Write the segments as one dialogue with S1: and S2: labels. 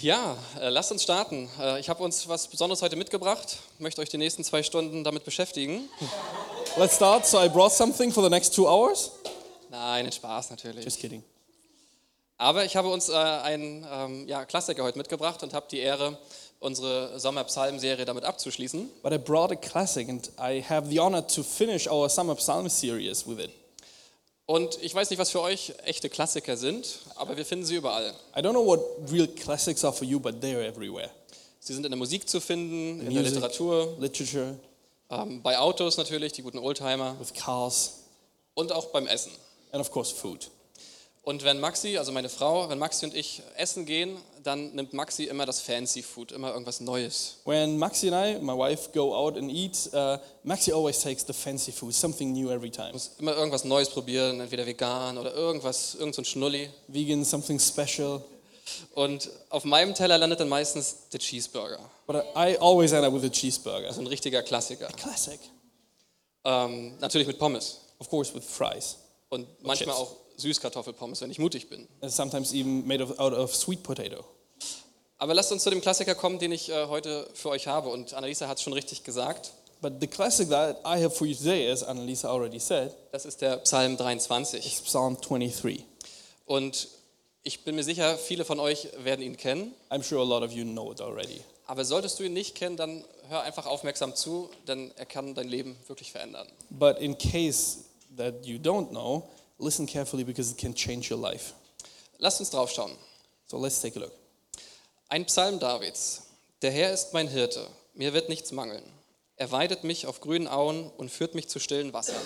S1: Ja, äh, lasst uns starten. Äh, ich habe uns was Besonderes heute mitgebracht, möchte euch die nächsten zwei Stunden damit beschäftigen.
S2: Let's start. So I brought something for the next two hours.
S1: Nein, den Spaß natürlich.
S2: Just kidding.
S1: Aber ich habe uns äh, einen ähm, ja, Klassiker heute mitgebracht und habe die Ehre, unsere Sommerpsalmserie damit abzuschließen.
S2: But I brought a classic, and I have the honor to finish our summer psalm series with it.
S1: Und ich weiß nicht, was für euch echte Klassiker sind, aber wir finden sie überall.
S2: I don't know what real classics are for you, but they're everywhere.
S1: Sie sind in der Musik zu finden, in der
S2: Music,
S1: Literatur,
S2: literature,
S1: ähm, bei Autos natürlich, die guten Oldtimer
S2: with cars,
S1: und auch beim Essen.
S2: and of course food.
S1: Und wenn Maxi, also meine Frau, wenn Maxi und ich essen gehen, dann nimmt Maxi immer das Fancy Food, immer irgendwas Neues.
S2: When Maxi and I, my wife, go out and eat, uh, Maxi always takes the fancy food, something new every time.
S1: Immer irgendwas Neues probieren, entweder vegan oder irgendwas, irgend so ein Schnulli.
S2: Vegan, something special.
S1: Und auf meinem Teller landet dann meistens der Cheeseburger,
S2: But I always end up with a cheeseburger.
S1: so ein richtiger Klassiker.
S2: Classic.
S1: Ähm, natürlich mit Pommes
S2: Of course, with fries.
S1: und manchmal
S2: Chips.
S1: auch Süßkartoffelpommes, wenn ich mutig bin.
S2: And sometimes even made of, out of sweet potato.
S1: Aber lasst uns zu dem Klassiker kommen, den ich äh, heute für euch habe. Und Annalisa hat es schon richtig gesagt.
S2: But the classic that I have for you today, as Annalisa already said,
S1: Das ist der Psalm 23.
S2: is Psalm 23.
S1: Und ich bin mir sicher, viele von euch werden ihn kennen.
S2: I'm sure a lot of you know it already.
S1: Aber solltest du ihn nicht kennen, dann hör einfach aufmerksam zu, denn er kann dein Leben wirklich verändern.
S2: But in case that you don't know, listen carefully because it can change your life.
S1: Lasst uns drauf schauen.
S2: So let's take a look.
S1: Ein Psalm Davids. Der Herr ist mein Hirte, mir wird nichts mangeln. Er weidet mich auf grünen Auen und führt mich zu stillen Wassern.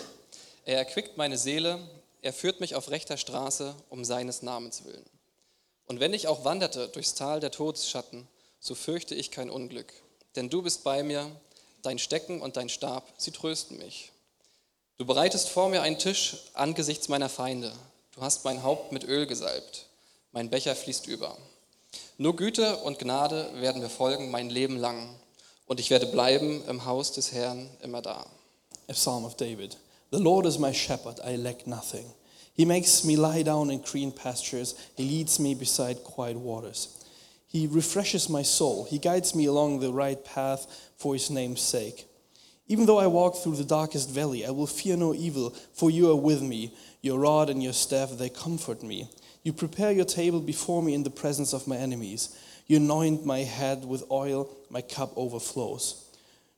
S1: Er erquickt meine Seele, er führt mich auf rechter Straße um seines Namens willen. Und wenn ich auch wanderte durchs Tal der Todesschatten, so fürchte ich kein Unglück. Denn du bist bei mir, dein Stecken und dein Stab, sie trösten mich. Du bereitest vor mir einen Tisch angesichts meiner Feinde. Du hast mein Haupt mit Öl gesalbt. Mein Becher fließt über. Nur Güte und Gnade werden mir folgen mein Leben lang. Und ich werde bleiben im Haus des Herrn immer da.
S2: A psalm of David. The Lord is my shepherd, I lack nothing. He makes me lie down in green pastures, he leads me beside quiet waters. He refreshes my soul, he guides me along the right path for his name's sake. Even though I walk through the darkest valley, I will fear no evil, for you are with me. Your rod and your staff, they comfort me. You prepare your table before me in the presence of my enemies. You anoint my head with oil, my cup overflows.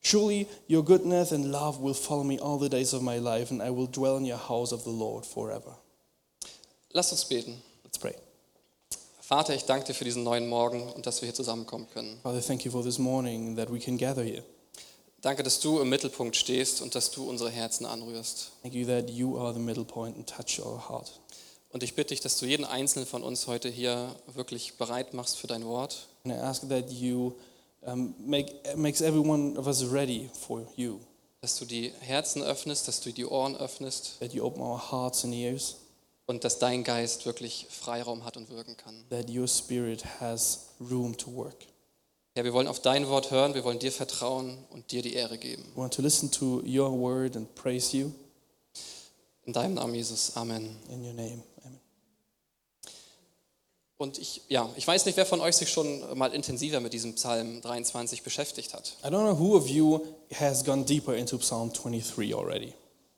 S2: Surely your goodness and love will follow me all the days of my life, and I will dwell in your house of the Lord forever.
S1: Lasst uns beten.
S2: Let's pray.
S1: Vater, ich danke dir für diesen neuen Morgen und dass wir hier zusammenkommen können.
S2: Father, thank you for this morning that we can gather here.
S1: Danke, dass du im Mittelpunkt stehst und dass du unsere Herzen anrührst.
S2: Thank you that you are the middle point and touch our heart.
S1: Und ich bitte dich, dass du jeden einzelnen von uns heute hier wirklich bereit machst für dein Wort.
S2: And I ask that you um, make makes every one of us ready for you,
S1: Dass du die Herzen öffnest, dass du die Ohren öffnest
S2: that you open our hearts and ears,
S1: und dass dein Geist wirklich Freiraum hat und wirken kann.
S2: that your spirit has room to work.
S1: Herr, wir wollen auf dein Wort hören, wir wollen dir vertrauen und dir die Ehre geben.
S2: We want to listen to your word and praise you
S1: In deinem Namen, Jesus. Amen.
S2: in your name. Amen.
S1: Und ich, ja, ich weiß nicht, wer von euch sich schon mal intensiver mit diesem Psalm 23 beschäftigt hat.
S2: I don't know who of you has gone deeper into Psalm 23 already,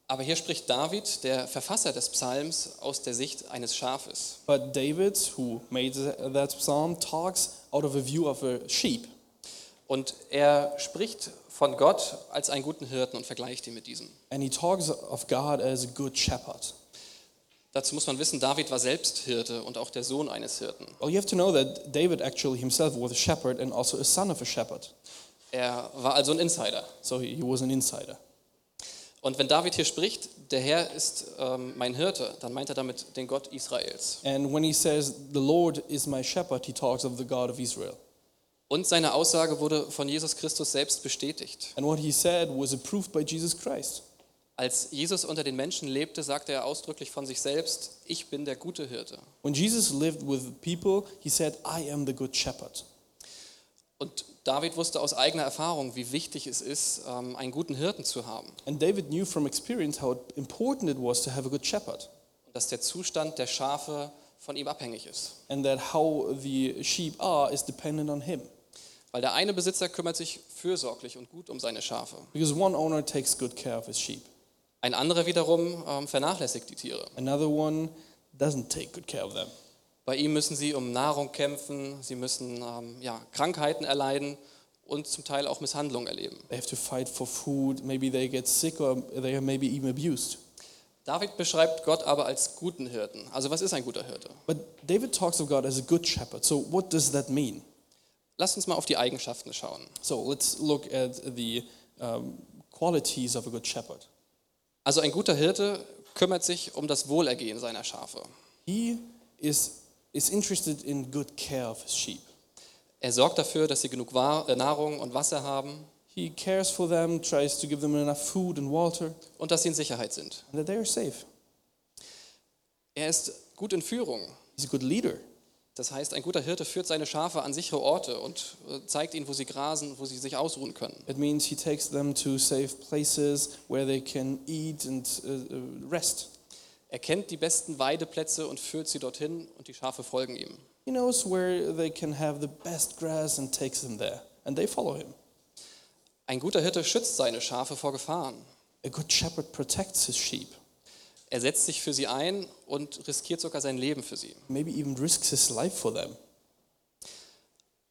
S1: Aber hier spricht David, der Verfasser des Psalms, aus der Sicht eines Schafes.
S2: but David, who made th- that psalm, talks out of a view of a sheep.
S1: Und er spricht von Gott als einen guten Hirten und vergleicht ihn mit diesem.
S2: And he talks of God as a good shepherd.
S1: Dazu muss man wissen, David war selbst Hirte und auch der Sohn eines Hirten.
S2: Well, you have to know that David actually himself was a shepherd and also a son of a shepherd.
S1: Er war also ein Insider.
S2: So he, he was an insider.
S1: Und wenn David hier spricht, der Herr ist ähm, mein Hirte, dann meint er damit den Gott Israels.
S2: And when he says, The Lord is my shepherd, he talks of the God of Israel.
S1: Und seine Aussage wurde von Jesus Christus selbst bestätigt.
S2: And what he said was approved by Jesus Christ.
S1: Als Jesus unter den Menschen lebte, sagte er ausdrücklich von sich selbst, ich bin der gute Hirte.
S2: When Jesus lived with people, he said, I am the good shepherd.
S1: Und David wusste aus eigener Erfahrung, wie wichtig es ist, ähm, einen guten Hirten zu haben.
S2: And David knew from experience how important it was to have a good shepherd,
S1: Und dass der Zustand der Schafe von ihm abhängig ist.
S2: and that how the sheep are is dependent on him.
S1: Weil der eine Besitzer kümmert sich fürsorglich und gut um seine Schafe.
S2: Because one owner takes good care of his sheep,
S1: Ein anderer wiederum ähm, vernachlässigt die Tiere.
S2: another one doesn't take good care of them.
S1: Bei ihm müssen sie um Nahrung kämpfen, sie müssen ähm, ja, Krankheiten erleiden und zum Teil auch Misshandlungen erleben.
S2: They have to fight for food, maybe they get sick or they are maybe even abused.
S1: David beschreibt Gott aber als guten Hirten. Also was ist ein guter Hirte?
S2: But David talks of God as a good shepherd. So what does that mean?
S1: Lasst uns mal auf die Eigenschaften schauen.
S2: So let's look at the um, qualities of a good shepherd.
S1: Also ein guter Hirte kümmert sich um das Wohlergehen seiner Schafe.
S2: He is, is interested in good care of his sheep.
S1: Er sorgt dafür, dass sie genug Wa- äh, Nahrung und Wasser haben
S2: He cares for them, tries to give them enough food and water,
S1: und dass sie in Sicherheit sind.
S2: and that they are safe.
S1: Er ist gut in Führung.
S2: He's a good leader.
S1: Das heißt, ein guter Hirte führt seine Schafe an sichere Orte und äh, zeigt ihnen, wo sie grasen, wo sie sich ausruhen können.
S2: It means he takes them to safe places where they can eat and uh, uh, rest.
S1: Er kennt die besten Weideplätze und führt sie dorthin und die Schafe folgen ihm.
S2: He knows where they can have the best grass and takes them there, and they follow him.
S1: Ein guter Hirte schützt seine Schafe vor Gefahren.
S2: A good shepherd protects his sheep,
S1: Er setzt sich für sie ein und riskiert sogar sein Leben für sie.
S2: maybe even risks his life for them.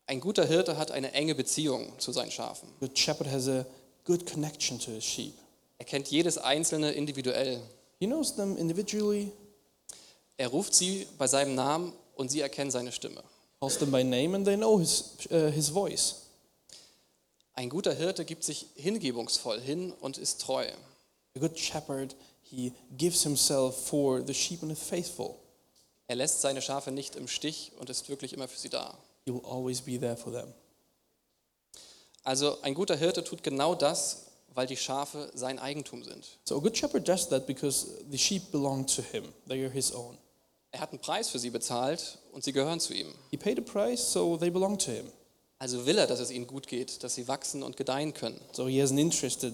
S1: Ein guter Hirte hat eine enge Beziehung zu seinen Schafen.
S2: The shepherd has a good connection to his sheep.
S1: Er kennt jedes einzelne individuell.
S2: He knows them individually,
S1: Er ruft sie bei seinem Namen und sie erkennen seine Stimme.
S2: calls them by name, and they know his, uh, his voice.
S1: Ein guter Hirte gibt sich hingebungsvoll hin und ist treu.
S2: A good shepherd, he gives himself for the sheep and is faithful.
S1: Er lässt seine Schafe nicht im Stich und ist wirklich immer für sie da.
S2: He will always be there for them.
S1: Also ein guter Hirte tut genau das, weil die Schafe sein Eigentum sind.
S2: So a good shepherd does that because the sheep belong to him. They are his own.
S1: Er hat einen Preis für sie bezahlt und sie gehören zu ihm.
S2: He paid a price, so they belong to him.
S1: Also will er, dass es ihnen gut geht, dass sie wachsen und gedeihen können.
S2: So he has an interest, an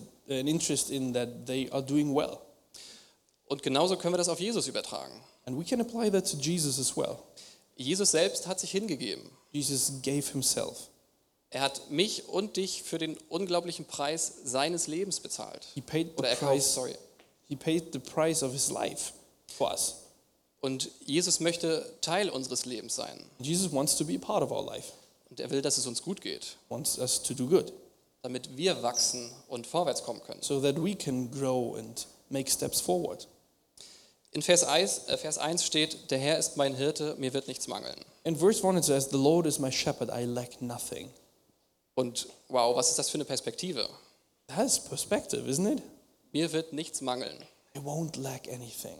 S2: interest in that they are doing well.
S1: Und genauso können wir das auf Jesus übertragen.
S2: And we can apply that to Jesus as well.
S1: Jesus selbst hat sich hingegeben.
S2: Jesus gave himself.
S1: Er hat mich und dich für den unglaublichen Preis seines Lebens bezahlt.
S2: He paid the
S1: Oder erkauft,
S2: price.
S1: sorry.
S2: He paid the price of his life for us.
S1: Und Jesus möchte Teil unseres Lebens sein.
S2: Jesus wants to be a part of our life.
S1: Und er will, dass es uns gut geht,
S2: Wants us to do good,
S1: damit wir wachsen und vorwärts kommen können.
S2: so that we can grow and make steps forward.
S1: In Vers 1, äh, Vers 1 steht, der Herr ist mein Hirte, mir wird nichts mangeln.
S2: In verse one, it says, "The Lord is my shepherd; I lack nothing."
S1: Und wow, was ist das für eine Perspektive?
S2: That is perspective, isn't it?
S1: Mir wird nichts mangeln.
S2: I won't lack anything.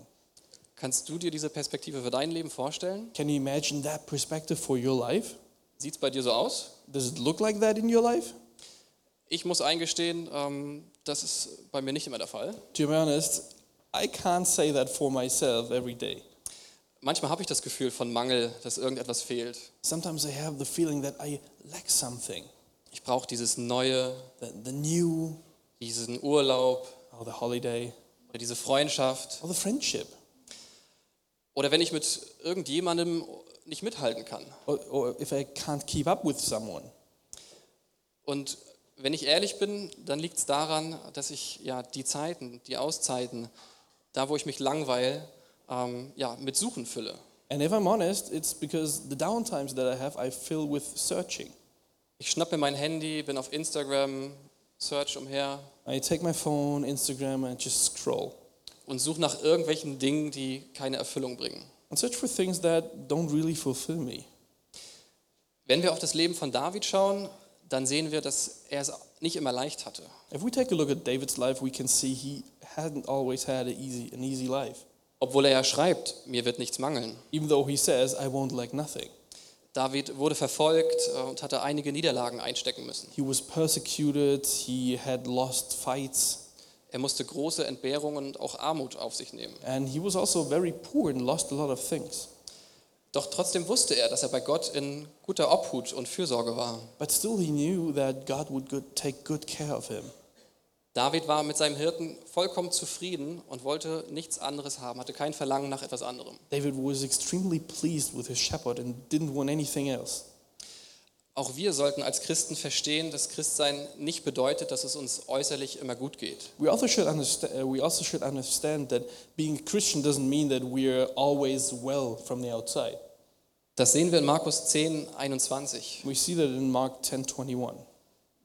S1: Kannst du dir diese Perspektive für dein Leben vorstellen?
S2: Can you imagine that perspective for your life?
S1: Sieht es bei dir so aus?
S2: Does it look like that in your life?
S1: Ich muss eingestehen, ähm, das ist bei mir nicht immer der Fall.
S2: To be honest, I can't say that for myself every day.
S1: Manchmal habe ich das Gefühl von Mangel, dass irgendetwas fehlt.
S2: Sometimes I have the feeling that I lack something.
S1: Ich brauche dieses Neue,
S2: The, the new,
S1: diesen Urlaub
S2: or the holiday,
S1: oder diese Freundschaft.
S2: or the friendship,
S1: Oder wenn ich mit irgendjemandem nicht mithalten kann.
S2: or, or if I can't keep up with someone.
S1: Und wenn ich ehrlich bin, dann liegt es daran, dass ich ja die Zeiten, die Auszeiten, da wo ich mich langweile, ähm, ja, mit Suchen fülle.
S2: And if I'm honest, it's because the downtimes that I have, I fill with searching.
S1: Ich schnappe mein Handy, bin auf Instagram, search umher
S2: I take my phone, Instagram, and just scroll
S1: und suche nach irgendwelchen Dingen, die keine Erfüllung bringen.
S2: and search for things that don't really fulfill me.
S1: Wenn wir auf das Leben von David schauen, dann sehen wir, dass er es nicht immer leicht hatte.
S2: If we take a look at David's life, we can see he hadn't always had an easy, an easy life.
S1: Obwohl er ja schreibt, mir wird nichts mangeln.
S2: Even though he says, I won't lack nothing.
S1: David wurde verfolgt äh, und hatte einige Niederlagen einstecken müssen.
S2: He was persecuted, he had lost fights,
S1: Er musste große Entbehrungen und auch Armut auf sich nehmen.
S2: and he was also very poor and lost a lot of things.
S1: Doch trotzdem wusste er, dass er bei Gott in guter Obhut und Fürsorge war.
S2: But still, he knew that God would good, take good care of him.
S1: David war mit seinem Hirten vollkommen zufrieden und wollte nichts anderes haben, hatte kein Verlangen nach etwas anderem.
S2: David was extremely pleased with his shepherd and didn't want anything else.
S1: Auch wir sollten als Christen verstehen, dass Christsein nicht bedeutet, dass es uns äußerlich immer gut geht.
S2: We also should understand, we also should understand that being a Christian doesn't mean that we're always well from the outside.
S1: Das sehen wir in Markus 10, 21.
S2: We see that in Mark 10:21.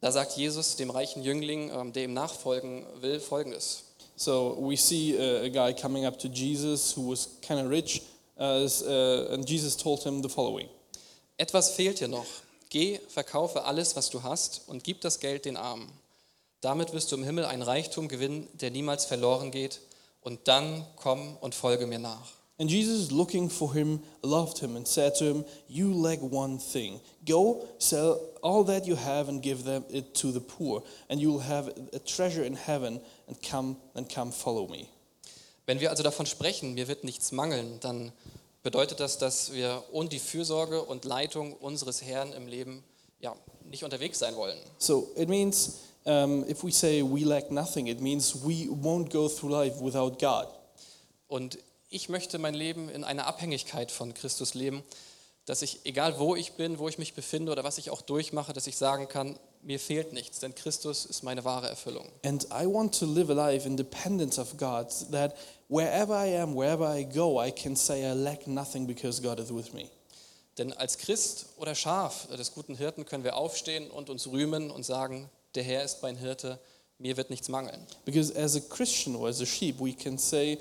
S1: Da sagt Jesus dem reichen Jüngling, ähm, der ihm nachfolgen will, folgendes.
S2: So we see uh, a guy coming up to Jesus who was kind of rich, uh, s- uh, and Jesus told him the following:
S1: Etwas fehlt dir noch. Geh, verkaufe alles, was du hast und gib das Geld den Armen. Damit wirst du im Himmel einen Reichtum gewinnen, der niemals verloren geht. Und dann komm und folge mir nach.
S2: And Jesus, looking for him, loved him and said to him, You lack one thing. Go sell all that you have and give them it to the poor, and you will have a treasure in heaven. And come and come, follow me.
S1: Wenn wir also davon sprechen, mir wird nichts mangeln, dann bedeutet das, dass wir ohne die Fürsorge und Leitung unseres Herrn im Leben ja, nicht unterwegs sein wollen.
S2: So it means um, if we say we lack nothing, it means we won't go through life without God.
S1: Und ich möchte mein Leben in einer Abhängigkeit von Christus leben, dass ich, egal wo ich bin, wo ich mich befinde oder was ich auch durchmache, dass ich sagen kann, mir fehlt nichts, denn Christus ist meine wahre Erfüllung.
S2: And I want to live a life in dependence of God, that wherever I am, wherever I go, I can say I lack nothing because God is with me.
S1: Denn als Christ oder Schaf des guten Hirten können wir aufstehen und uns rühmen und sagen, der Herr ist mein Hirte, mir wird nichts mangeln.
S2: Because as a Christian or as a sheep, we can say,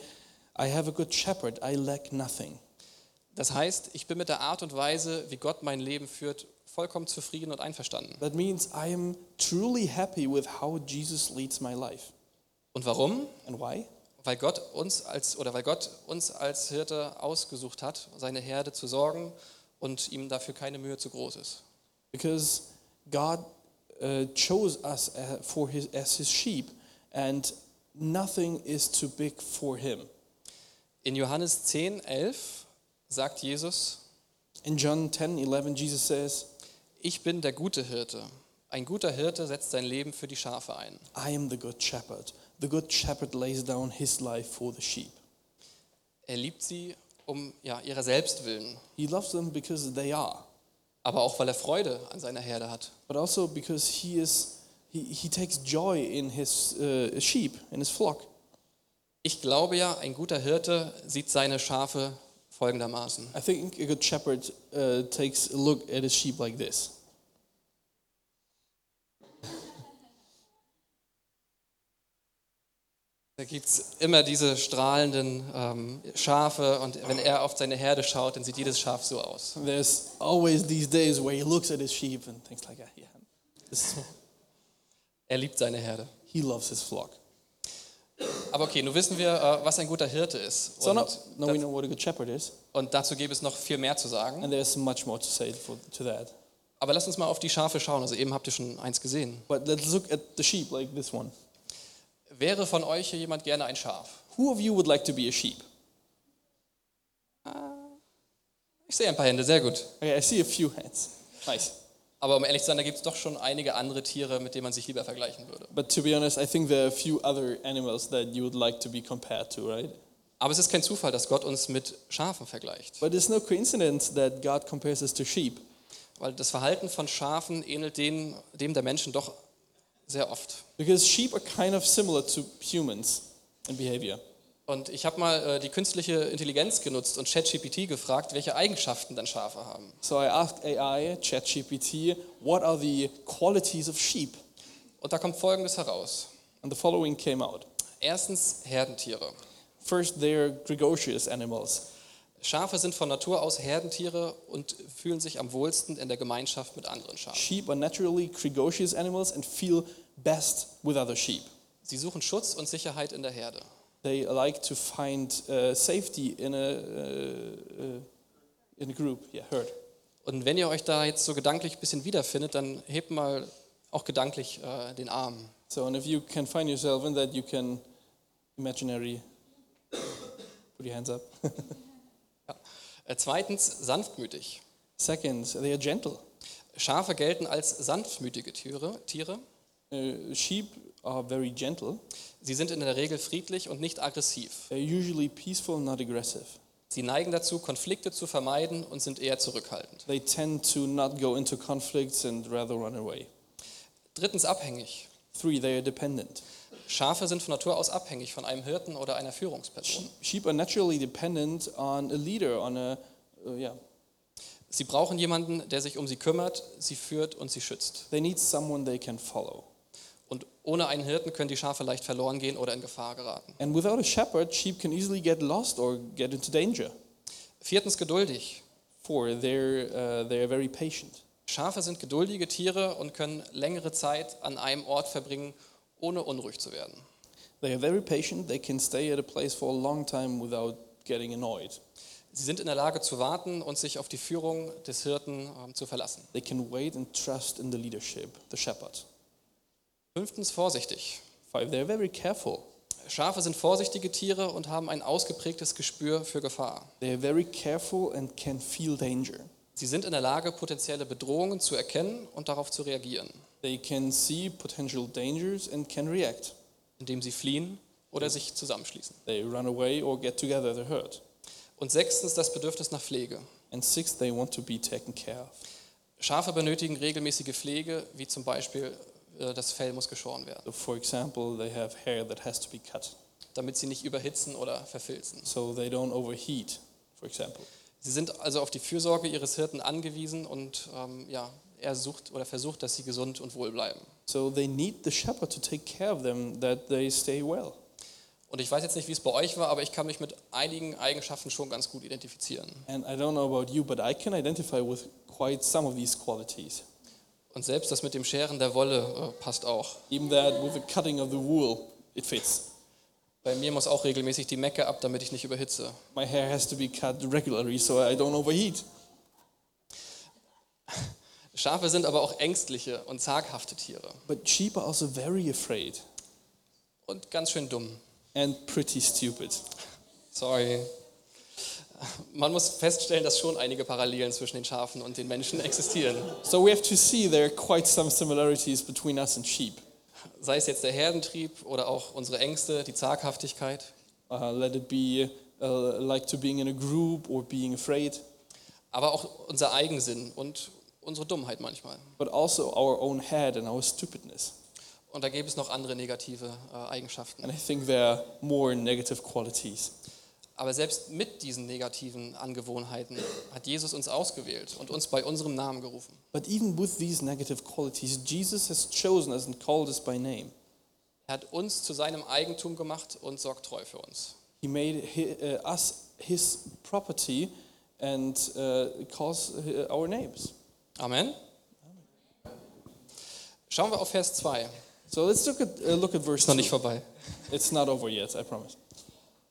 S2: I have a good shepherd, I lack nothing.
S1: Das heißt, ich bin mit der Art und Weise, wie Gott mein Leben führt, vollkommen zufrieden und einverstanden.
S2: That means I am truly happy with how Jesus leads my life.
S1: Und warum?
S2: And why?
S1: Weil Gott uns als oder weil Gott uns als Hirte ausgesucht hat, seine Herde zu sorgen und ihm dafür keine Mühe zu groß ist.
S2: Because God uh, chose us uh, for his, as his sheep, and nothing is too big for him.
S1: In Johannes 10, 11 sagt Jesus,
S2: In John 10 11, Jesus says,
S1: ich bin der gute Hirte. Ein guter Hirte setzt sein Leben für die Schafe ein.
S2: I am the good shepherd. The good shepherd lays down his life for the sheep.
S1: Er liebt sie um ja, ihrer selbst willen,
S2: He loves them because they are,
S1: aber auch weil er Freude an seiner Herde hat.
S2: but also because he is he, he takes joy in his uh, sheep, in his flock.
S1: Ich glaube ja, ein guter Hirte sieht seine Schafe folgendermaßen.
S2: I think a good shepherd uh, takes a look at his sheep like this.
S1: Da gibt es immer diese strahlenden ähm, Schafe und wenn er auf seine Herde schaut, dann sieht jedes Schaf so aus.
S2: There's always these days where he looks at his sheep and thinks like, yeah, this is,
S1: Er liebt seine Herde.
S2: he loves his flock.
S1: Aber okay, nun wissen wir, äh, was ein guter Hirte ist.
S2: So
S1: Und,
S2: now, now we
S1: da-
S2: know what a good shepherd is,
S1: und dazu gäbe es noch viel mehr zu sagen.
S2: and there's much more to say for, to that.
S1: Aber lasst uns mal auf die Schafe schauen. Also eben habt ihr schon eins gesehen.
S2: But let's look at the sheep like this one.
S1: Wäre von euch hier jemand gerne ein Schaf?
S2: Who of you would like to be a sheep?
S1: Ich sehe ein paar Hände, sehr gut.
S2: Okay, I see a few hands. Nice.
S1: Aber um ehrlich zu sein, da gibt es doch schon einige andere Tiere, mit denen man sich lieber vergleichen würde.
S2: But to be honest, I think there are a few other animals that you would like to be compared to, right?
S1: Aber es ist kein Zufall, dass Gott uns mit Schafen vergleicht.
S2: But it's no coincidence that God compares us to sheep,
S1: Weil das Verhalten von Schafen ähnelt dem, dem der Menschen doch sehr oft.
S2: because sheep are kind of similar to humans in behavior.
S1: Und ich habe mal äh, die künstliche Intelligenz genutzt und ChatGPT gefragt, welche Eigenschaften dann Schafe haben.
S2: So I asked AI, ChatGPT, what are the qualities of sheep?
S1: Und da kommt Folgendes heraus.
S2: And the following came out.
S1: Erstens Herdentiere.
S2: First, they're gregarious animals.
S1: Schafe sind von Natur aus Herdentiere und fühlen sich am wohlsten in der Gemeinschaft mit anderen Schafen.
S2: Sheep are naturally gregarious animals and feel best with other sheep.
S1: Sie suchen Schutz und Sicherheit in der Herde.
S2: They like to find uh, safety in a, uh, uh, in a group, yeah, herd.
S1: Und wenn ihr euch da jetzt so gedanklich ein bisschen wiederfindet, dann hebt mal auch gedanklich äh, den Arm.
S2: So, and if you can find yourself in that, you can imaginary put your hands up.
S1: Äh, zweitens sanftmütig.
S2: Second, they are gentle.
S1: Schafe gelten als sanftmütige Tiere. Tiere.
S2: Uh, sheep are very gentle.
S1: Sie sind in der Regel friedlich und nicht aggressiv.
S2: They're usually peaceful and not aggressive.
S1: Sie neigen dazu, Konflikte zu vermeiden und sind eher zurückhaltend.
S2: They tend to not go into conflicts and rather run away.
S1: Drittens abhängig.
S2: Three, they are dependent.
S1: Schafe sind von Natur aus abhängig von einem Hirten oder einer Führungsperson.
S2: Sheep are naturally dependent on a leader, on a, uh, yeah.
S1: Sie brauchen jemanden, der sich um sie kümmert, sie führt und sie schützt.
S2: They need someone they can follow.
S1: Und ohne einen Hirten können die Schafe leicht verloren gehen oder in Gefahr geraten.
S2: And without a shepherd, sheep can easily get lost or get into danger.
S1: Viertens geduldig.
S2: Four, they're, uh, they are very patient.
S1: Schafe sind geduldige Tiere und können längere Zeit an einem Ort verbringen, ohne unruhig zu werden.
S2: They are very patient. They can stay at a place for a long time without getting annoyed.
S1: Sie sind in der Lage zu warten und sich auf die Führung des Hirten ähm, zu verlassen.
S2: They can wait and trust in the leadership, the shepherd.
S1: Fünftens vorsichtig.
S2: Five, they're very careful.
S1: Schafe sind vorsichtige Tiere und haben ein ausgeprägtes Gespür für Gefahr.
S2: They are very careful and can feel danger.
S1: Sie sind in der Lage, potenzielle Bedrohungen zu erkennen und darauf zu reagieren,
S2: They can see potential dangers and can react.
S1: indem sie fliehen oder sich zusammenschließen.
S2: They run away or get together, they're hurt.
S1: Und sechstens das Bedürfnis nach Pflege.
S2: And six, they want to be taken care of.
S1: Schafe benötigen regelmäßige Pflege, wie zum Beispiel äh, das Fell muss geschoren werden,
S2: So for example, they have hair that has to be cut
S1: damit sie nicht überhitzen oder verfilzen.
S2: so they don't overheat, for example.
S1: Sie sind also auf die Fürsorge ihres Hirten angewiesen und ähm, ja, er sucht oder versucht, dass sie gesund und wohl bleiben.
S2: So they need the shepherd to take care of them that they stay well.
S1: Und ich weiß jetzt nicht, wie es bei euch war, aber ich kann mich mit einigen Eigenschaften schon ganz gut identifizieren.
S2: And I don't know about you, but I can identify with quite some of these qualities.
S1: Und selbst das mit dem Scheren der Wolle äh, passt auch.
S2: Even that with the cutting of the wool, it fits.
S1: Bei mir muss auch regelmäßig die Mecke ab, damit ich nicht überhitze.
S2: My hair has to be cut regularly so I don't overheat.
S1: Schafe sind aber auch ängstliche und zaghafte Tiere
S2: But sheep are also very afraid
S1: und ganz schön dumm.
S2: and pretty stupid.
S1: Sorry. Man muss feststellen, dass schon einige Parallelen zwischen den Schafen und den Menschen existieren.
S2: So we have to see there are quite some similarities between us and sheep.
S1: Sei es jetzt der Herdentrieb oder auch unsere Ängste, die Zaghaftigkeit.
S2: Uh, let it be uh, like to being in a group or being afraid,
S1: Aber auch unser Eigensinn und unsere Dummheit manchmal.
S2: but also our own head and our stupidness.
S1: Und da gäbe es noch andere negative äh, Eigenschaften.
S2: And I think there are more negative qualities.
S1: Aber selbst mit diesen negativen Angewohnheiten hat Jesus uns ausgewählt und uns bei unserem Namen gerufen.
S2: But even with these negative qualities, Jesus has chosen us and called us by name.
S1: Er hat uns zu seinem Eigentum gemacht und sorgt treu für uns.
S2: He made hi- uh, us his property and uh, calls uh, our names.
S1: Amen. Schauen wir auf Vers 2.
S2: So let's look at, uh, look at verse
S1: Ist noch nicht
S2: 2.
S1: vorbei.
S2: It's not over yet, I promise.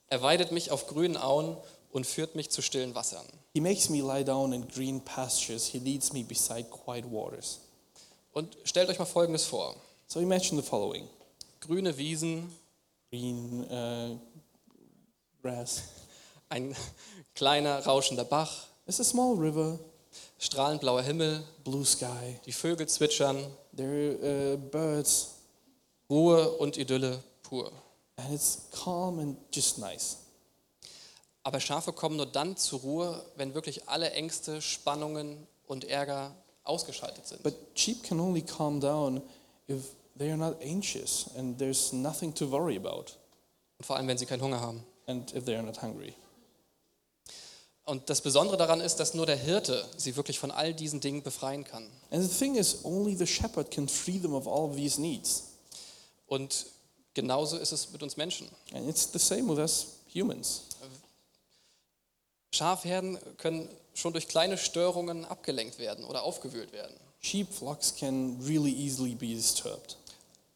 S1: Er weidet mich auf grünen Auen und führt mich zu stillen Wassern.
S2: He makes me lie down in green pastures. He leads me beside quiet waters.
S1: Und stellt euch mal Folgendes vor.
S2: So imagine the following
S1: Grüne Wiesen,
S2: green uh, grass.
S1: ein kleiner rauschender Bach,
S2: It's a small river,
S1: strahlend blauer Himmel,
S2: blue sky.
S1: die Vögel zwitschern,
S2: There are uh, birds,
S1: Ruhe und Idylle pur.
S2: and it's calm and just nice.
S1: Aber Schafe kommen nur dann zur Ruhe, wenn wirklich alle Ängste, Spannungen und Ärger ausgeschaltet sind.
S2: But sheep can only calm down if they are not anxious and there's nothing to worry about,
S1: Und vor allem, wenn sie keinen Hunger haben.
S2: and if they are not hungry.
S1: Und das Besondere daran ist, dass nur der Hirte sie wirklich von all diesen Dingen befreien kann.
S2: And the thing is, only the shepherd can free them of all of these needs.
S1: Und genauso ist es mit uns Menschen.
S2: And it's the same with us humans.
S1: Schafherden können schon durch kleine Störungen abgelenkt werden oder aufgewühlt werden.
S2: Sheep flocks can really easily be disturbed.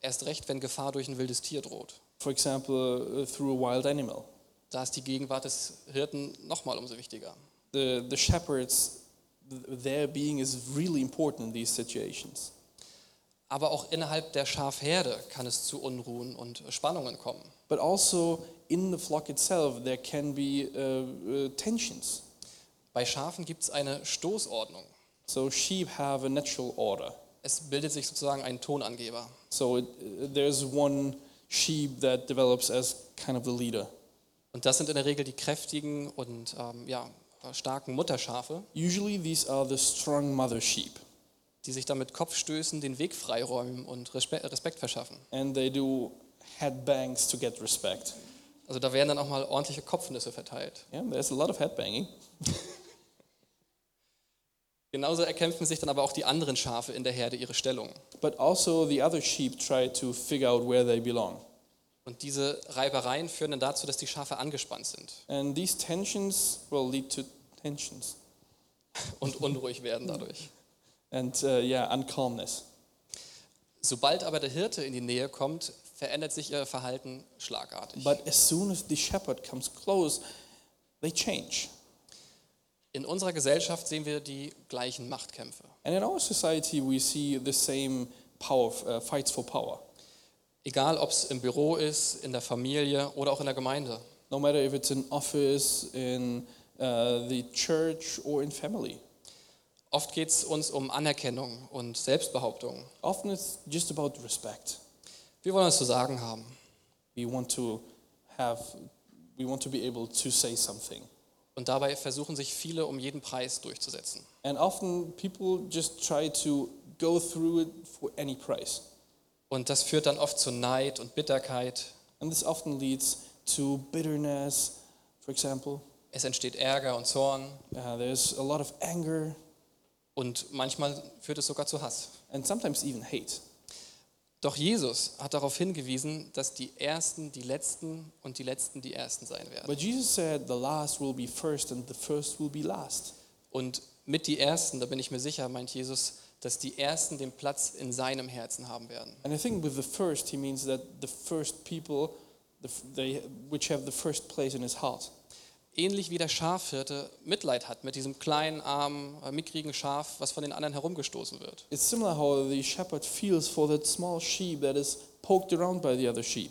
S1: Erst recht, wenn Gefahr durch ein wildes Tier droht.
S2: For example, uh, through a wild animal.
S1: Da ist die Gegenwart des Hirten nochmal umso wichtiger.
S2: The, the shepherds, th- their being is really important in these situations.
S1: Aber auch innerhalb der Schafherde kann es zu Unruhen und Spannungen kommen.
S2: But also in the flock itself, there can be uh, uh, tensions.
S1: Bei Schafen gibt es eine Stoßordnung.
S2: So sheep have a natural order.
S1: Es bildet sich sozusagen ein Tonangeber.
S2: So it, uh, there's one sheep that develops as kind of the leader.
S1: Und das sind in der Regel die kräftigen und ähm, ja, starken Mutterschafe,
S2: Usually these are the strong mother sheep,
S1: die sich damit Kopfstößen den Weg freiräumen und Respe Respekt verschaffen.
S2: and they do headbangs to get respect.
S1: Also da werden dann auch mal ordentliche Kopfnüsse verteilt.
S2: Yeah, there's a lot of headbanging.
S1: Genauso erkämpfen sich dann aber auch die anderen Schafe in der Herde ihre Stellung.
S2: But also the other sheep try to figure out where they belong.
S1: Und diese Reibereien führen dann dazu, dass die Schafe angespannt sind
S2: And these tensions will lead to tensions
S1: und unruhig werden dadurch.
S2: and uh, yeah, uncalmness.
S1: Sobald aber der Hirte in die Nähe kommt, verändert sich ihr Verhalten schlagartig.
S2: But as soon as the shepherd comes close, they change.
S1: In unserer Gesellschaft sehen wir die gleichen Machtkämpfe.
S2: And in our society, we see the same power uh, fights for power.
S1: Egal, ob es im Büro ist, in der Familie oder auch in der Gemeinde.
S2: No matter if it's in office, in uh, the church, or in family.
S1: Oft geht es uns um Anerkennung und Selbstbehauptung.
S2: Often it's just about respect.
S1: Wir wollen es zu sagen haben.
S2: We want to have, we want to be able to say something.
S1: Und dabei versuchen sich viele um jeden Preis durchzusetzen.
S2: And often people just try to go through it for any price.
S1: Und das führt dann oft zu Neid und Bitterkeit.
S2: And this often leads to bitterness, for example.
S1: Es entsteht Ärger und Zorn.
S2: Uh, there's a lot of anger
S1: Und manchmal führt es sogar zu Hass.
S2: and sometimes even hate.
S1: Doch Jesus hat darauf hingewiesen, dass die Ersten die Letzten und die Letzten die Ersten sein werden.
S2: But Jesus said, the last will be first and the first will be last.
S1: Und mit die Ersten, da bin ich mir sicher, meint Jesus, dass die Ersten den Platz in seinem Herzen haben werden.
S2: And I think with the first, he means that the first people, the, f- they, which have the first place in his heart.
S1: Ähnlich wie der Schafhirte Mitleid hat mit diesem kleinen, armen, äh, mickrigen Schaf, was von den anderen herumgestoßen wird.
S2: It's similar how the shepherd feels for that small sheep that is poked around by the other sheep.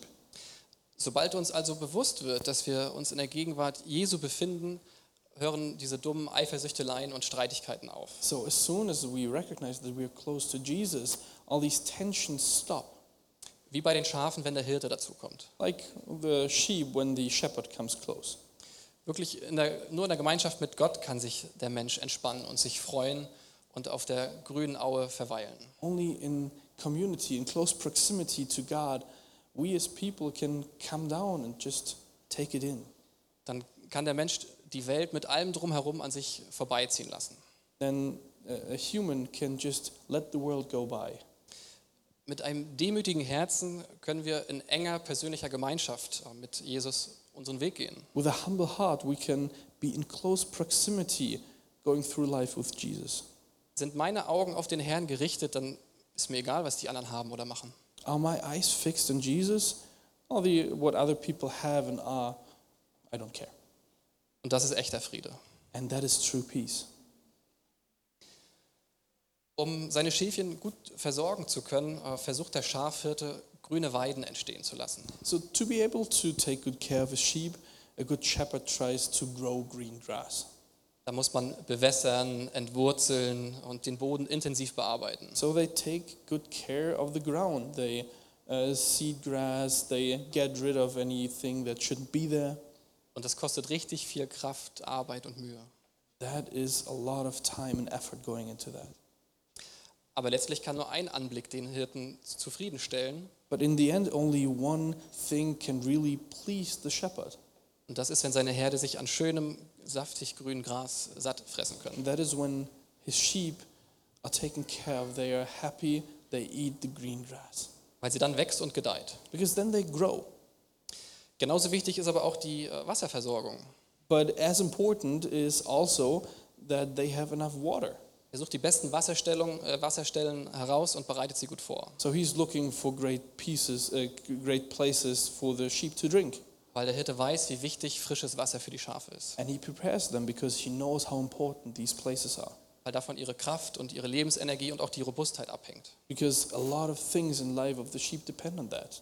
S1: Sobald uns also bewusst wird, dass wir uns in der Gegenwart Jesu befinden, hören diese dummen Eifersüchteleien und Streitigkeiten auf.
S2: So as soon as we recognize that we are close to Jesus, all these tensions stop.
S1: Wie bei den Schafen, wenn der Hirte dazukommt.
S2: Like the sheep when the shepherd comes close.
S1: Wirklich in der, nur in der Gemeinschaft mit Gott kann sich der Mensch entspannen und sich freuen und auf der grünen Aue verweilen.
S2: Only in community, in close proximity to God, we as people can come down and just take it in.
S1: Dann kann der Mensch die Welt mit allem drumherum an sich vorbeiziehen lassen.
S2: Then a a human can just let the world go by.
S1: Mit einem demütigen Herzen können wir in enger persönlicher Gemeinschaft äh, mit Jesus unseren Weg gehen.
S2: With a humble heart, we can be in close proximity going through life with Jesus.
S1: Sind meine Augen auf den Herrn gerichtet, dann ist mir egal, was die anderen haben oder machen.
S2: Are my eyes fixed on Jesus? All the what other people have and are, I don't care.
S1: Und das ist echter Friede.
S2: And that is true peace.
S1: Um seine Schäfchen gut versorgen zu können, äh, versucht der Schafhirte, grüne Weiden entstehen zu lassen.
S2: So to be able to take good care of a sheep, a good shepherd tries to grow green grass.
S1: Da muss man bewässern, entwurzeln und den Boden intensiv bearbeiten.
S2: So they take good care of the ground. They uh, seed grass. They get rid of anything that shouldn't be there.
S1: Und das kostet richtig viel Kraft, Arbeit und Mühe.
S2: That is a lot of time and effort going into that.
S1: Aber letztlich kann nur ein Anblick den Hirten zufriedenstellen.
S2: But in the end, only one thing can really please the shepherd.
S1: Und das ist, wenn seine Herde sich an schönem, saftig grünem Gras satt fressen können.
S2: And that is when his sheep are taken care of. They are happy. They eat the green grass.
S1: Weil sie dann wächst und gedeiht.
S2: Because then they grow.
S1: Genauso wichtig ist aber auch die äh, Wasserversorgung.
S2: But as important is also that they have enough water.
S1: Er sucht die besten Wasserstellung, äh, Wasserstellen heraus und bereitet sie gut vor.
S2: So he's looking for great pieces, uh, great places for the sheep to drink.
S1: Weil der Hirte weiß, wie wichtig frisches Wasser für die Schafe ist.
S2: And he prepares them because he knows how important these places are.
S1: Weil davon ihre Kraft und ihre Lebensenergie und auch die Robustheit abhängt.
S2: Because a lot of things in life of the sheep depend on that.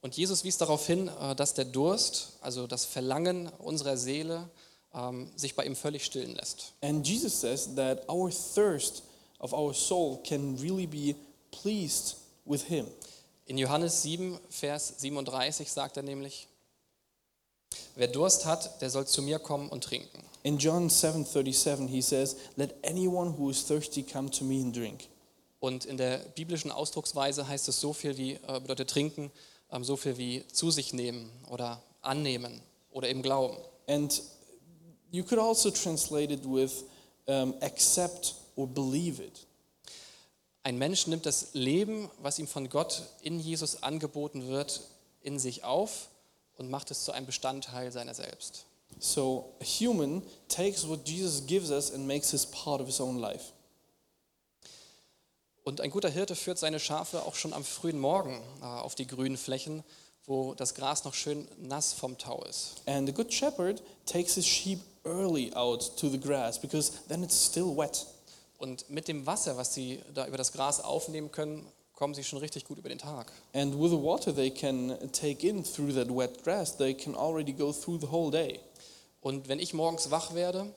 S1: Und Jesus wies darauf hin, äh, dass der Durst, also das Verlangen unserer Seele, ähm, sich bei ihm völlig stillen lässt.
S2: And Jesus says that our thirst, of our soul can really be pleased with Him.
S1: In Johannes 7, Vers 37 sagt er nämlich, wer Durst hat, der soll zu mir kommen und trinken.
S2: In John 7:37 he says, "Let anyone who is thirsty come to me and drink."
S1: Und in der biblischen Ausdrucksweise heißt es so viel wie, äh, bedeutet trinken, ähm, so viel wie zu sich nehmen oder annehmen oder eben glauben.
S2: And you could also translate it with um, accept or believe it.
S1: Ein Mensch nimmt das Leben, was ihm von Gott in Jesus angeboten wird, in sich auf und macht es zu einem Bestandteil seiner selbst.
S2: So a human takes what Jesus gives us and makes it part of his own life.
S1: Und ein guter Hirte führt seine Schafe auch schon am frühen Morgen äh, auf die grünen Flächen, wo das Gras noch schön nass vom Tau ist.
S2: And the good shepherd takes his sheep early out to the grass because then it's still wet.
S1: Und mit dem Wasser, was sie da über das Gras aufnehmen können, kommen sie schon richtig gut über den Tag.
S2: And with the water they can take in through that wet grass, they can already go through the whole day.
S1: Und wenn ich morgens wach werde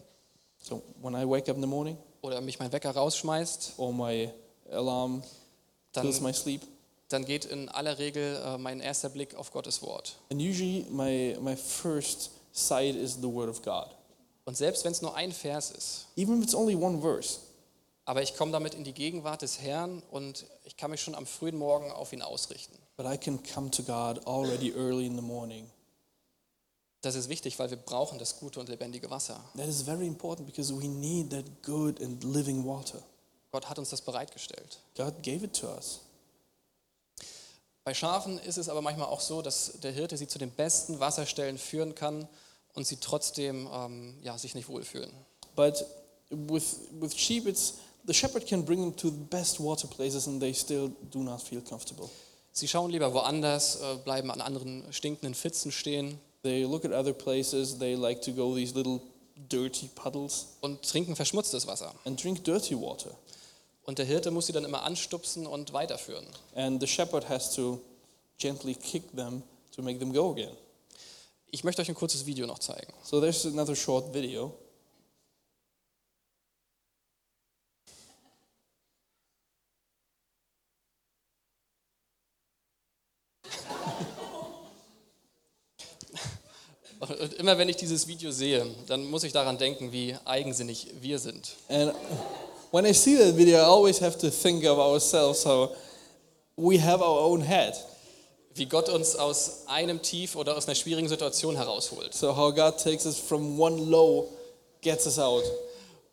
S2: So when I wake up in the morning
S1: oder mich mein Wecker rausschmeißt,
S2: or my alarm kills
S1: dann,
S2: my sleep,
S1: dann geht in aller Regel äh, mein erster Blick auf Gottes Wort.
S2: and usually my, my first sight is the Word of God.
S1: Und selbst wenn es nur ein Vers ist,
S2: Even if it's only one verse,
S1: aber ich komme damit in die Gegenwart des Herrn und ich kann mich schon am frühen Morgen auf ihn ausrichten.
S2: but I can come to God already early in the morning.
S1: Das ist wichtig, weil wir brauchen das gute und lebendige Wasser.
S2: That is very important because we need that good and living water.
S1: Gott hat uns das bereitgestellt.
S2: God gave it to us.
S1: Bei Schafen ist es aber manchmal auch so, dass der Hirte sie zu den besten Wasserstellen führen kann und sie trotzdem ähm, ja, sich nicht wohlfühlen.
S2: But with with sheep, it's the shepherd can bring them to the best water places, and they still do not feel comfortable.
S1: Sie schauen lieber woanders, äh, bleiben an anderen stinkenden Pfützen stehen
S2: They look at other places. They like to go these little dirty puddles
S1: und trinken verschmutztes Wasser.
S2: and drink dirty water.
S1: Und der Hirte muss sie dann immer anstupsen und weiterführen.
S2: And the shepherd has to gently kick them to make them go again.
S1: Ich möchte euch ein kurzes Video noch zeigen.
S2: So there's another short video.
S1: Und immer wenn ich dieses Video sehe, dann muss ich daran denken, wie eigensinnig wir sind.
S2: And when I see that video, I always have to think of ourselves how we have our own head.
S1: Wie Gott uns aus einem Tief oder aus einer schwierigen Situation herausholt.
S2: So how God takes us from one low, gets us out.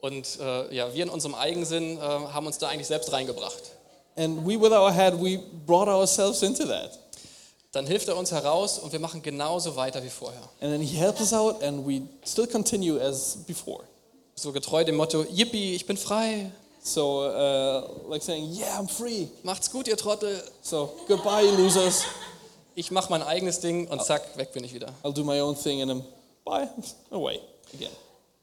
S1: Und äh, ja, wir in unserem Eigensinn äh, haben uns da eigentlich selbst reingebracht.
S2: And we, with our head, we brought ourselves into that.
S1: Dann hilft er uns heraus und wir machen genauso weiter wie vorher.
S2: And then He helps us out, and we still continue as before.
S1: So getreu dem Motto, yippie, ich bin frei,
S2: So, uh, like saying, Yeah, I'm free.
S1: macht's gut, ihr Trottel.
S2: So, goodbye, losers.
S1: Ich mache mein eigenes Ding und zack, weg bin ich wieder.
S2: I'll do my own thing, and I'm bye, away again.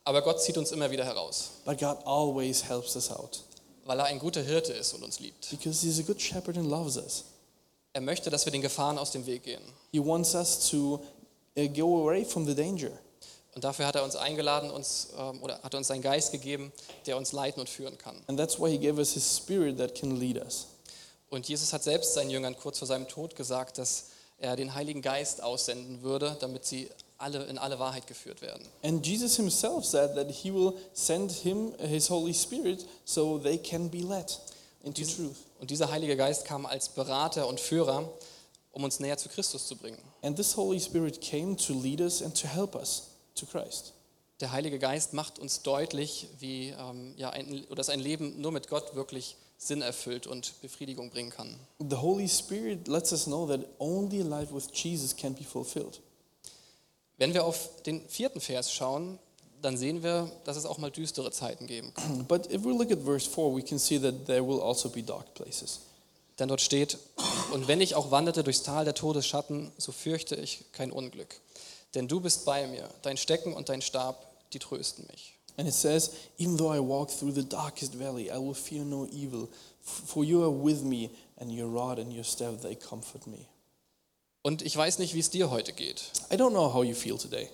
S1: Aber Gott zieht uns immer wieder heraus,
S2: But God always helps us out
S1: weil er ein guter Hirte ist und uns liebt.
S2: because He's a good shepherd and loves us.
S1: Er möchte, dass wir den Gefahren aus dem Weg gehen.
S2: He wants us to uh, go away from the danger.
S1: Und dafür hat er uns eingeladen, uns, ähm, oder hat er uns seinen Geist gegeben, der uns leiten und führen kann.
S2: And that's why He gave us His Spirit that can lead us.
S1: Und Jesus hat selbst seinen Jüngern kurz vor seinem Tod gesagt, dass er den Heiligen Geist aussenden würde, damit sie alle in alle Wahrheit geführt werden.
S2: And Jesus himself said that he will send him uh, his Holy Spirit so they can be led into truth.
S1: Und dieser Heilige Geist kam als Berater und Führer, um uns näher zu Christus zu bringen.
S2: And this Holy Spirit came to lead us and to help us to Christ.
S1: Der Heilige Geist macht uns deutlich, wie, ähm, ja, ein, oder dass ein Leben nur mit Gott wirklich Sinn erfüllt und Befriedigung bringen kann.
S2: The Holy Spirit lets us know that only a life with Jesus can be fulfilled.
S1: Wenn wir auf den vierten Vers schauen, dann sehen wir, dass es auch mal düstere Zeiten geben kann.
S2: But if we look at verse 4, we can see that there will also be dark places.
S1: Denn dort steht, und wenn ich auch wanderte durchs Tal der Todesschatten, so fürchte ich kein Unglück. Denn du bist bei mir, dein Stecken und dein Stab, die trösten mich.
S2: And it says, Even though I walk through the darkest valley, I will fear no evil, f- for you are with me, and your rod and your staff, they comfort me.
S1: Und ich weiß nicht, wie es dir heute geht,
S2: I don't know how you feel today.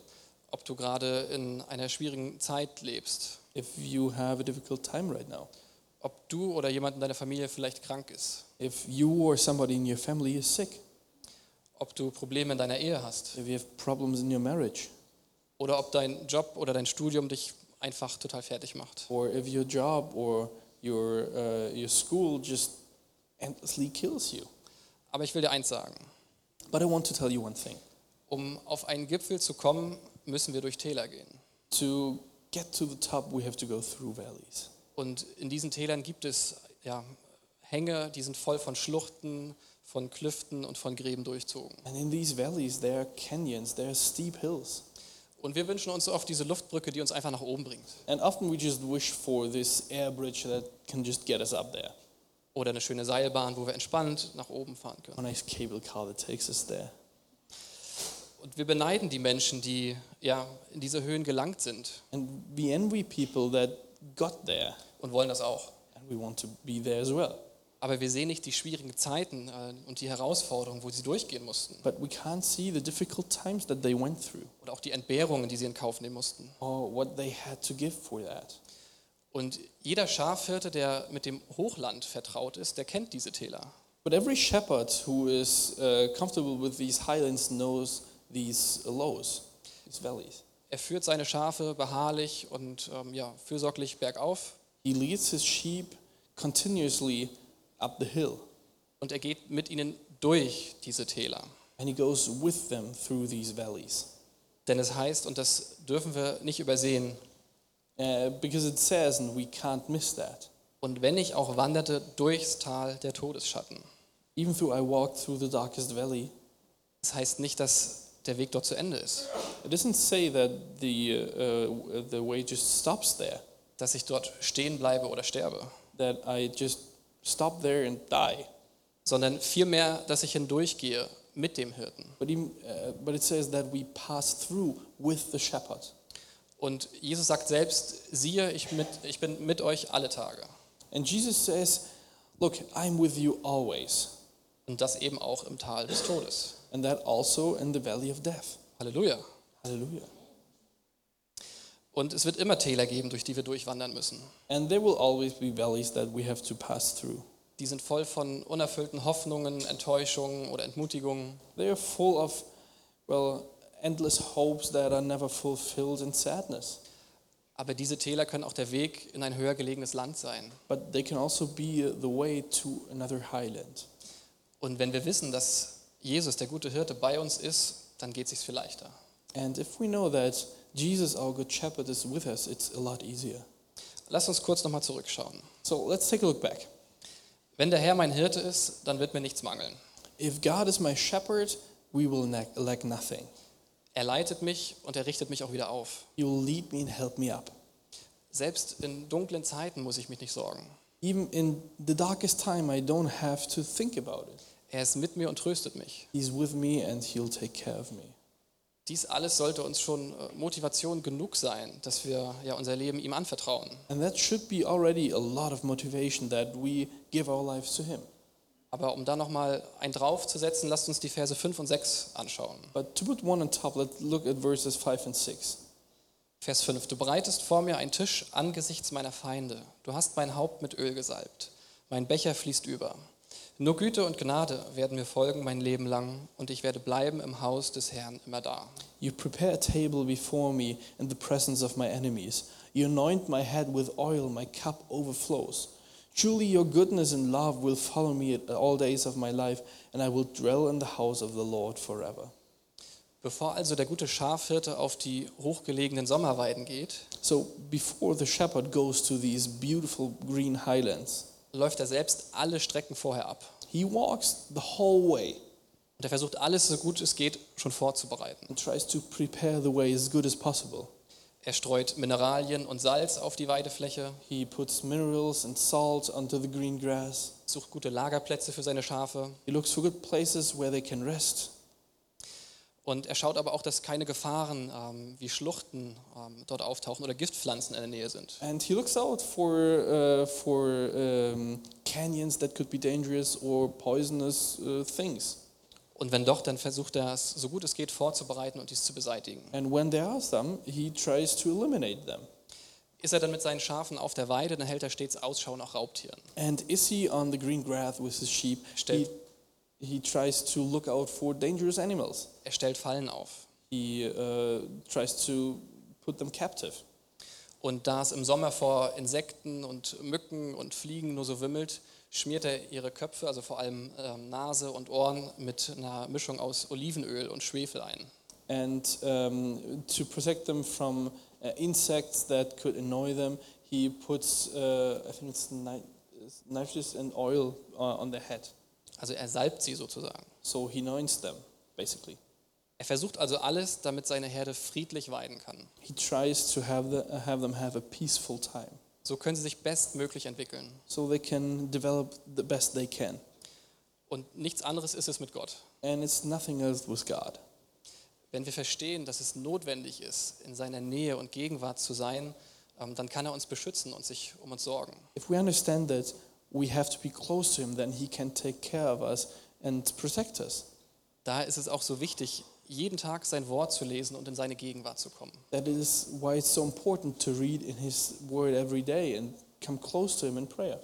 S1: ob du gerade in einer schwierigen Zeit lebst
S2: if you have a difficult time right now
S1: ob du oder jemand in deiner Familie vielleicht krank ist,
S2: If you or somebody in your family is sick,
S1: ob du Probleme in deiner Ehe hast
S2: if you have problems in your marriage,
S1: oder ob dein Job oder dein Studium dich einfach total fertig macht.
S2: or if your job or your, uh, your school just endlessly kills you.
S1: Aber ich will dir eins sagen.
S2: But I want to tell you one thing.
S1: Um auf einen Gipfel zu kommen, müssen wir durch Täler gehen.
S2: To get to the top, we have to go through valleys.
S1: Und in diesen Tälern gibt es ja, Hänge, die sind voll von Schluchten, von Klüften und von Gräben durchzogen.
S2: And in these valleys, there are canyons, there are steep hills.
S1: Und wir wünschen uns oft diese Luftbrücke, die uns einfach nach oben bringt.
S2: And often we just wish for this air bridge that can just get us up there.
S1: Oder eine schöne Seilbahn, wo wir entspannt nach oben fahren
S2: A
S1: können.
S2: nice cable car that takes us there.
S1: Und wir beneiden die Menschen, die ja, in diese Höhen gelangt sind
S2: And we envy people that got there,
S1: und wollen das auch.
S2: and we want to be there as well.
S1: Aber wir sehen nicht die schwierigen Zeiten äh, und die Herausforderungen, wo sie durchgehen mussten.
S2: But we can't see the difficult times that they went through
S1: Oder auch die Entbehrungen, die sie in Kauf nehmen mussten.
S2: or what they had to give for that.
S1: Und jeder Schafhirte, der mit dem Hochland vertraut ist, der kennt diese Täler.
S2: But every shepherd who is uh, comfortable with these highlands knows these lows, these valleys.
S1: Er führt seine Schafe beharrlich und ähm, ja, fürsorglich bergauf
S2: He leads his sheep continuously up the hill,
S1: und er geht mit ihnen durch diese Täler.
S2: and he goes with them through these valleys.
S1: Denn es heißt, und das dürfen wir nicht übersehen,
S2: Uh, because it says, and we can't miss that,
S1: und wenn ich auch wanderte durchs Tal der Todesschatten.
S2: even though I walked through the darkest valley,
S1: Das heißt nicht, dass der Weg dort zu Ende ist,
S2: it doesn't say that the, uh, uh, the way just stops there,
S1: dass ich dort stehen bleibe oder sterbe,
S2: that I just stop there and die.
S1: sondern vielmehr, dass ich hindurchgehe mit dem Hirten.
S2: But, even, uh, but it says that we pass through with the shepherd.
S1: Und Jesus sagt selbst, siehe, ich, mit, ich bin mit euch alle Tage.
S2: And Jesus says, Look, I'm with you always.
S1: Und das eben auch im Tal des Todes.
S2: And that also in the valley of death.
S1: Halleluja.
S2: Hallelujah.
S1: Und es wird immer Täler geben, durch die wir durchwandern müssen.
S2: And there will always be valleys that we have to pass through.
S1: Die sind voll von unerfüllten Hoffnungen, Enttäuschungen oder Entmutigungen.
S2: They are full of, well, endless hopes that are never fulfilled and sadness.
S1: Aber diese Täler können auch der Weg in ein höher gelegenes Land sein.
S2: But they can also be uh, the way to another highland.
S1: Und wenn wir wissen, dass Jesus, der gute Hirte, bei uns ist, dann geht es sich viel leichter.
S2: And if we know that Jesus, our good shepherd, is with us, it's a lot easier.
S1: Lass uns kurz nochmal zurückschauen.
S2: So let's take a look back.
S1: Wenn der Herr mein Hirte ist, dann wird mir nichts mangeln.
S2: If God is my shepherd, we will lack, lack nothing.
S1: Er leitet mich und er richtet mich auch wieder auf.
S2: He will lead me and help me up.
S1: Selbst in dunklen Zeiten muss ich mich nicht sorgen.
S2: Even in the darkest time, I don't have to think about it.
S1: Er ist mit mir und tröstet mich.
S2: He's with me and He'll take care of me.
S1: Dies alles sollte uns schon äh, Motivation genug sein, dass wir ja unser Leben ihm anvertrauen.
S2: And that should be already a lot of motivation that we give our lives to Him.
S1: Aber um da nochmal einen draufzusetzen, lasst uns die Verse 5 und 6 anschauen.
S2: But to put one on top, let's look at verses 5 and 6.
S1: Vers 5. Du bereitest vor mir einen Tisch angesichts meiner Feinde. Du hast mein Haupt mit Öl gesalbt. Mein Becher fließt über. Nur Güte und Gnade werden mir folgen mein Leben lang und ich werde bleiben im Haus des Herrn immer da.
S2: You prepare a table before me in the presence of my enemies. You anoint my head with oil, my cup overflows. Truly, your goodness and love will follow me at all days of my life, and I will dwell in the house of the Lord forever.
S1: Bevor also der gute Schafhirte auf die hochgelegenen Sommerweiden geht,
S2: So, before the shepherd goes to these beautiful green highlands,
S1: läuft er selbst alle Strecken vorher ab.
S2: he walks the whole way
S1: Und er versucht alles so gut es geht schon vorzubereiten.
S2: and tries to prepare the way as good as possible.
S1: Er streut Mineralien und Salz auf die Weidefläche,
S2: He puts minerals and salt onto the green grass.
S1: sucht gute Lagerplätze für seine Schafe
S2: He looks for good places where they can rest.
S1: und er schaut aber auch, dass keine Gefahren ähm, wie Schluchten ähm, dort auftauchen oder Giftpflanzen in der Nähe sind.
S2: And he looks out for uh, for um, canyons that could be dangerous or poisonous uh, things.
S1: Und wenn doch, dann versucht er es so gut es geht vorzubereiten und dies zu beseitigen.
S2: And when there are some, he tries to eliminate them.
S1: Ist er dann mit seinen Schafen auf der Weide, dann hält er stets Ausschau nach Raubtieren.
S2: And is he on the green grass with his sheep? He,
S1: Stellt-
S2: he tries to look out for dangerous animals.
S1: Er stellt Fallen auf.
S2: He uh, tries to put them captive.
S1: Und da es im Sommer vor Insekten und Mücken und Fliegen nur so wimmelt, schmiert er ihre Köpfe, also vor allem ähm, Nase und Ohren, mit einer Mischung aus Olivenöl und Schwefel ein.
S2: And um, to protect them from uh, insects that could annoy them, he puts, uh, I think it's ni- it's nitrous and oil uh, on their head.
S1: Also er salbt sie sozusagen.
S2: So he anoints them, basically.
S1: Er versucht also alles, damit seine Herde friedlich weiden kann.
S2: He tries to have, the, uh, have them have a peaceful time
S1: So können sie sich bestmöglich entwickeln.
S2: so they can develop the best they can.
S1: Und nichts anderes ist es mit Gott.
S2: And it's nothing else with God.
S1: Wenn wir verstehen, dass es notwendig ist, in seiner Nähe und Gegenwart zu sein, ähm, dann kann er uns beschützen und sich um uns sorgen.
S2: If we understand that we have to be close to Him, then He can take care of us and protect us.
S1: Daher ist es auch so wichtig, jeden Tag sein Wort zu lesen und in seine Gegenwart zu kommen.
S2: That is why it's so important to read in His Word every day and come close to Him in prayer.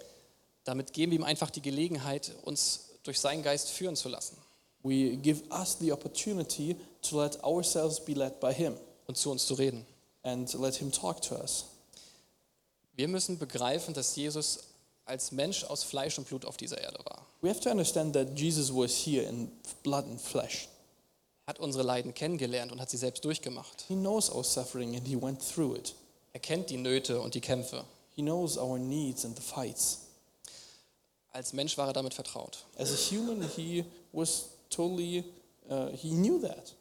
S1: Damit geben wir ihm einfach die Gelegenheit, uns durch seinen Geist führen zu lassen
S2: We give us the opportunity to let ourselves be led by Him
S1: und zu uns zu reden.
S2: and let Him talk to us.
S1: Wir müssen begreifen, dass Jesus als Mensch aus Fleisch und Blut auf dieser Erde war.
S2: We have to understand that Jesus was here in blood and flesh.
S1: Er hat unsere Leiden kennengelernt und hat sie selbst durchgemacht.
S2: He knows our suffering and He went through it.
S1: Er kennt die Nöte und die Kämpfe.
S2: He knows our needs and the fights.
S1: Als Mensch war er damit vertraut.
S2: As a human, He was totally, uh, He knew that.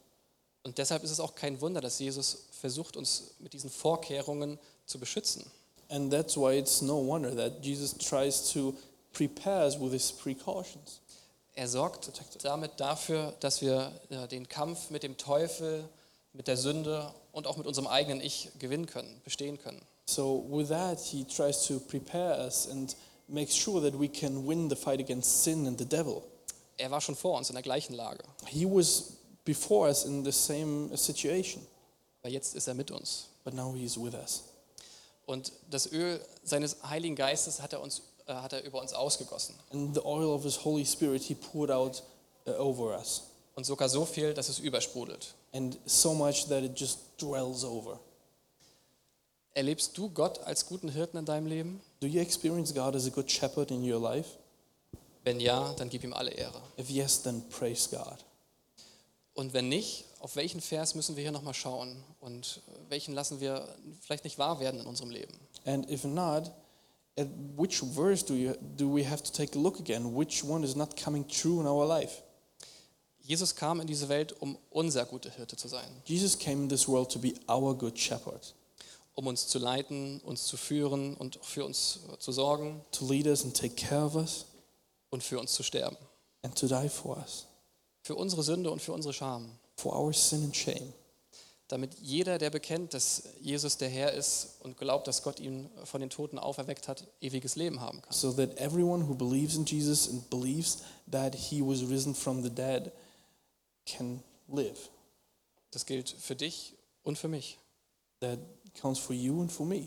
S1: Und deshalb ist es auch kein Wunder, dass Jesus versucht, uns mit diesen Vorkehrungen zu beschützen.
S2: And that's why it's no wonder that Jesus tries to prepare us with his precautions.
S1: Er sorgt damit dafür, dass wir äh, den Kampf mit dem Teufel, mit der Sünde und auch mit unserem eigenen Ich gewinnen können, bestehen können.
S2: So, with that, he tries to prepare us and make sure that we can win the fight against sin and the devil.
S1: Er war schon vor uns in der gleichen Lage,
S2: He was before us in the same situation,
S1: aber jetzt ist er mit uns.
S2: but now he's with us.
S1: Und das Öl seines Heiligen Geistes hat er, uns, äh, hat er über uns ausgegossen.
S2: And the oil of his Holy Spirit he poured out uh, over us,
S1: Und sogar so viel, dass es übersprudelt.
S2: and so much that it just dwells over.
S1: Erlebst du Gott als guten Hirten in deinem Leben?
S2: Do you experience God as a good shepherd in your life?
S1: Wenn ja, dann gib ihm alle Ehre.
S2: If yes, then praise God.
S1: Und wenn nicht, auf welchen Vers müssen wir hier nochmal schauen und äh, welchen lassen wir vielleicht nicht wahr werden in unserem Leben?
S2: And if not, at which verse do, you, do we have to take a look again? Which one is not coming true in our life?
S1: Jesus kam in diese Welt, um unser guter Hirte zu sein,
S2: Jesus came in this world to be our good shepherd,
S1: um uns zu leiten, uns zu führen und für uns äh, zu sorgen
S2: to lead us and take care of us,
S1: und für uns zu sterben.
S2: and to die for us,
S1: Für unsere Sünde und für unsere Scham.
S2: for our sin and shame,
S1: Damit jeder, der bekennt, dass Jesus der Herr ist und glaubt, dass Gott ihn von den Toten auferweckt hat, ewiges Leben haben kann.
S2: so that everyone who believes in Jesus and believes that he was risen from the dead can live.
S1: Das gilt für dich und für mich.
S2: That counts for you and for me.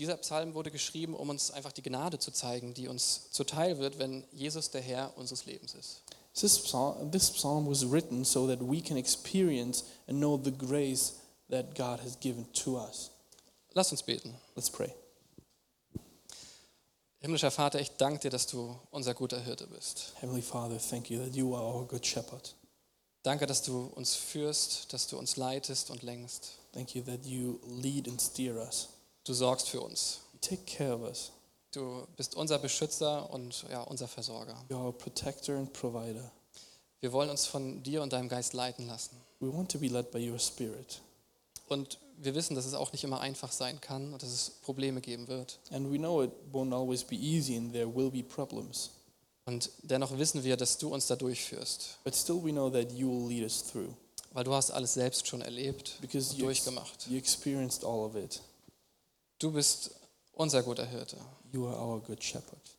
S1: Dieser Psalm wurde geschrieben, um uns einfach die Gnade zu zeigen, die uns zuteil wird, wenn Jesus der Herr unseres Lebens ist.
S2: This psalm, this psalm was written so that we can experience and know the grace that God has given to us.
S1: Lass uns beten.
S2: Let's pray.
S1: Himmlischer Vater, ich danke dir, dass du unser guter Hirte bist.
S2: Heavenly Father, thank you that you are our good shepherd.
S1: Danke, dass du uns führst, dass du uns leitest und lenkst.
S2: Thank you that you lead and steer us.
S1: Du sorgst für uns.
S2: You take care of us.
S1: Du bist unser Beschützer und ja, unser Versorger.
S2: You are our protector and provider.
S1: Wir wollen uns von dir und deinem Geist leiten lassen.
S2: We want to be led by your spirit.
S1: Und wir wissen, dass es auch nicht immer einfach sein kann und dass es Probleme geben wird.
S2: And we know it won't always be easy and there will be problems.
S1: Und dennoch wissen wir, dass du uns da durchführst,
S2: But still, we know that you will lead us through
S1: weil du hast alles selbst schon erlebt
S2: because
S1: und
S2: you, ex-
S1: durchgemacht.
S2: you experienced all of it.
S1: Du bist unser guter Hirte.
S2: You are our good shepherd.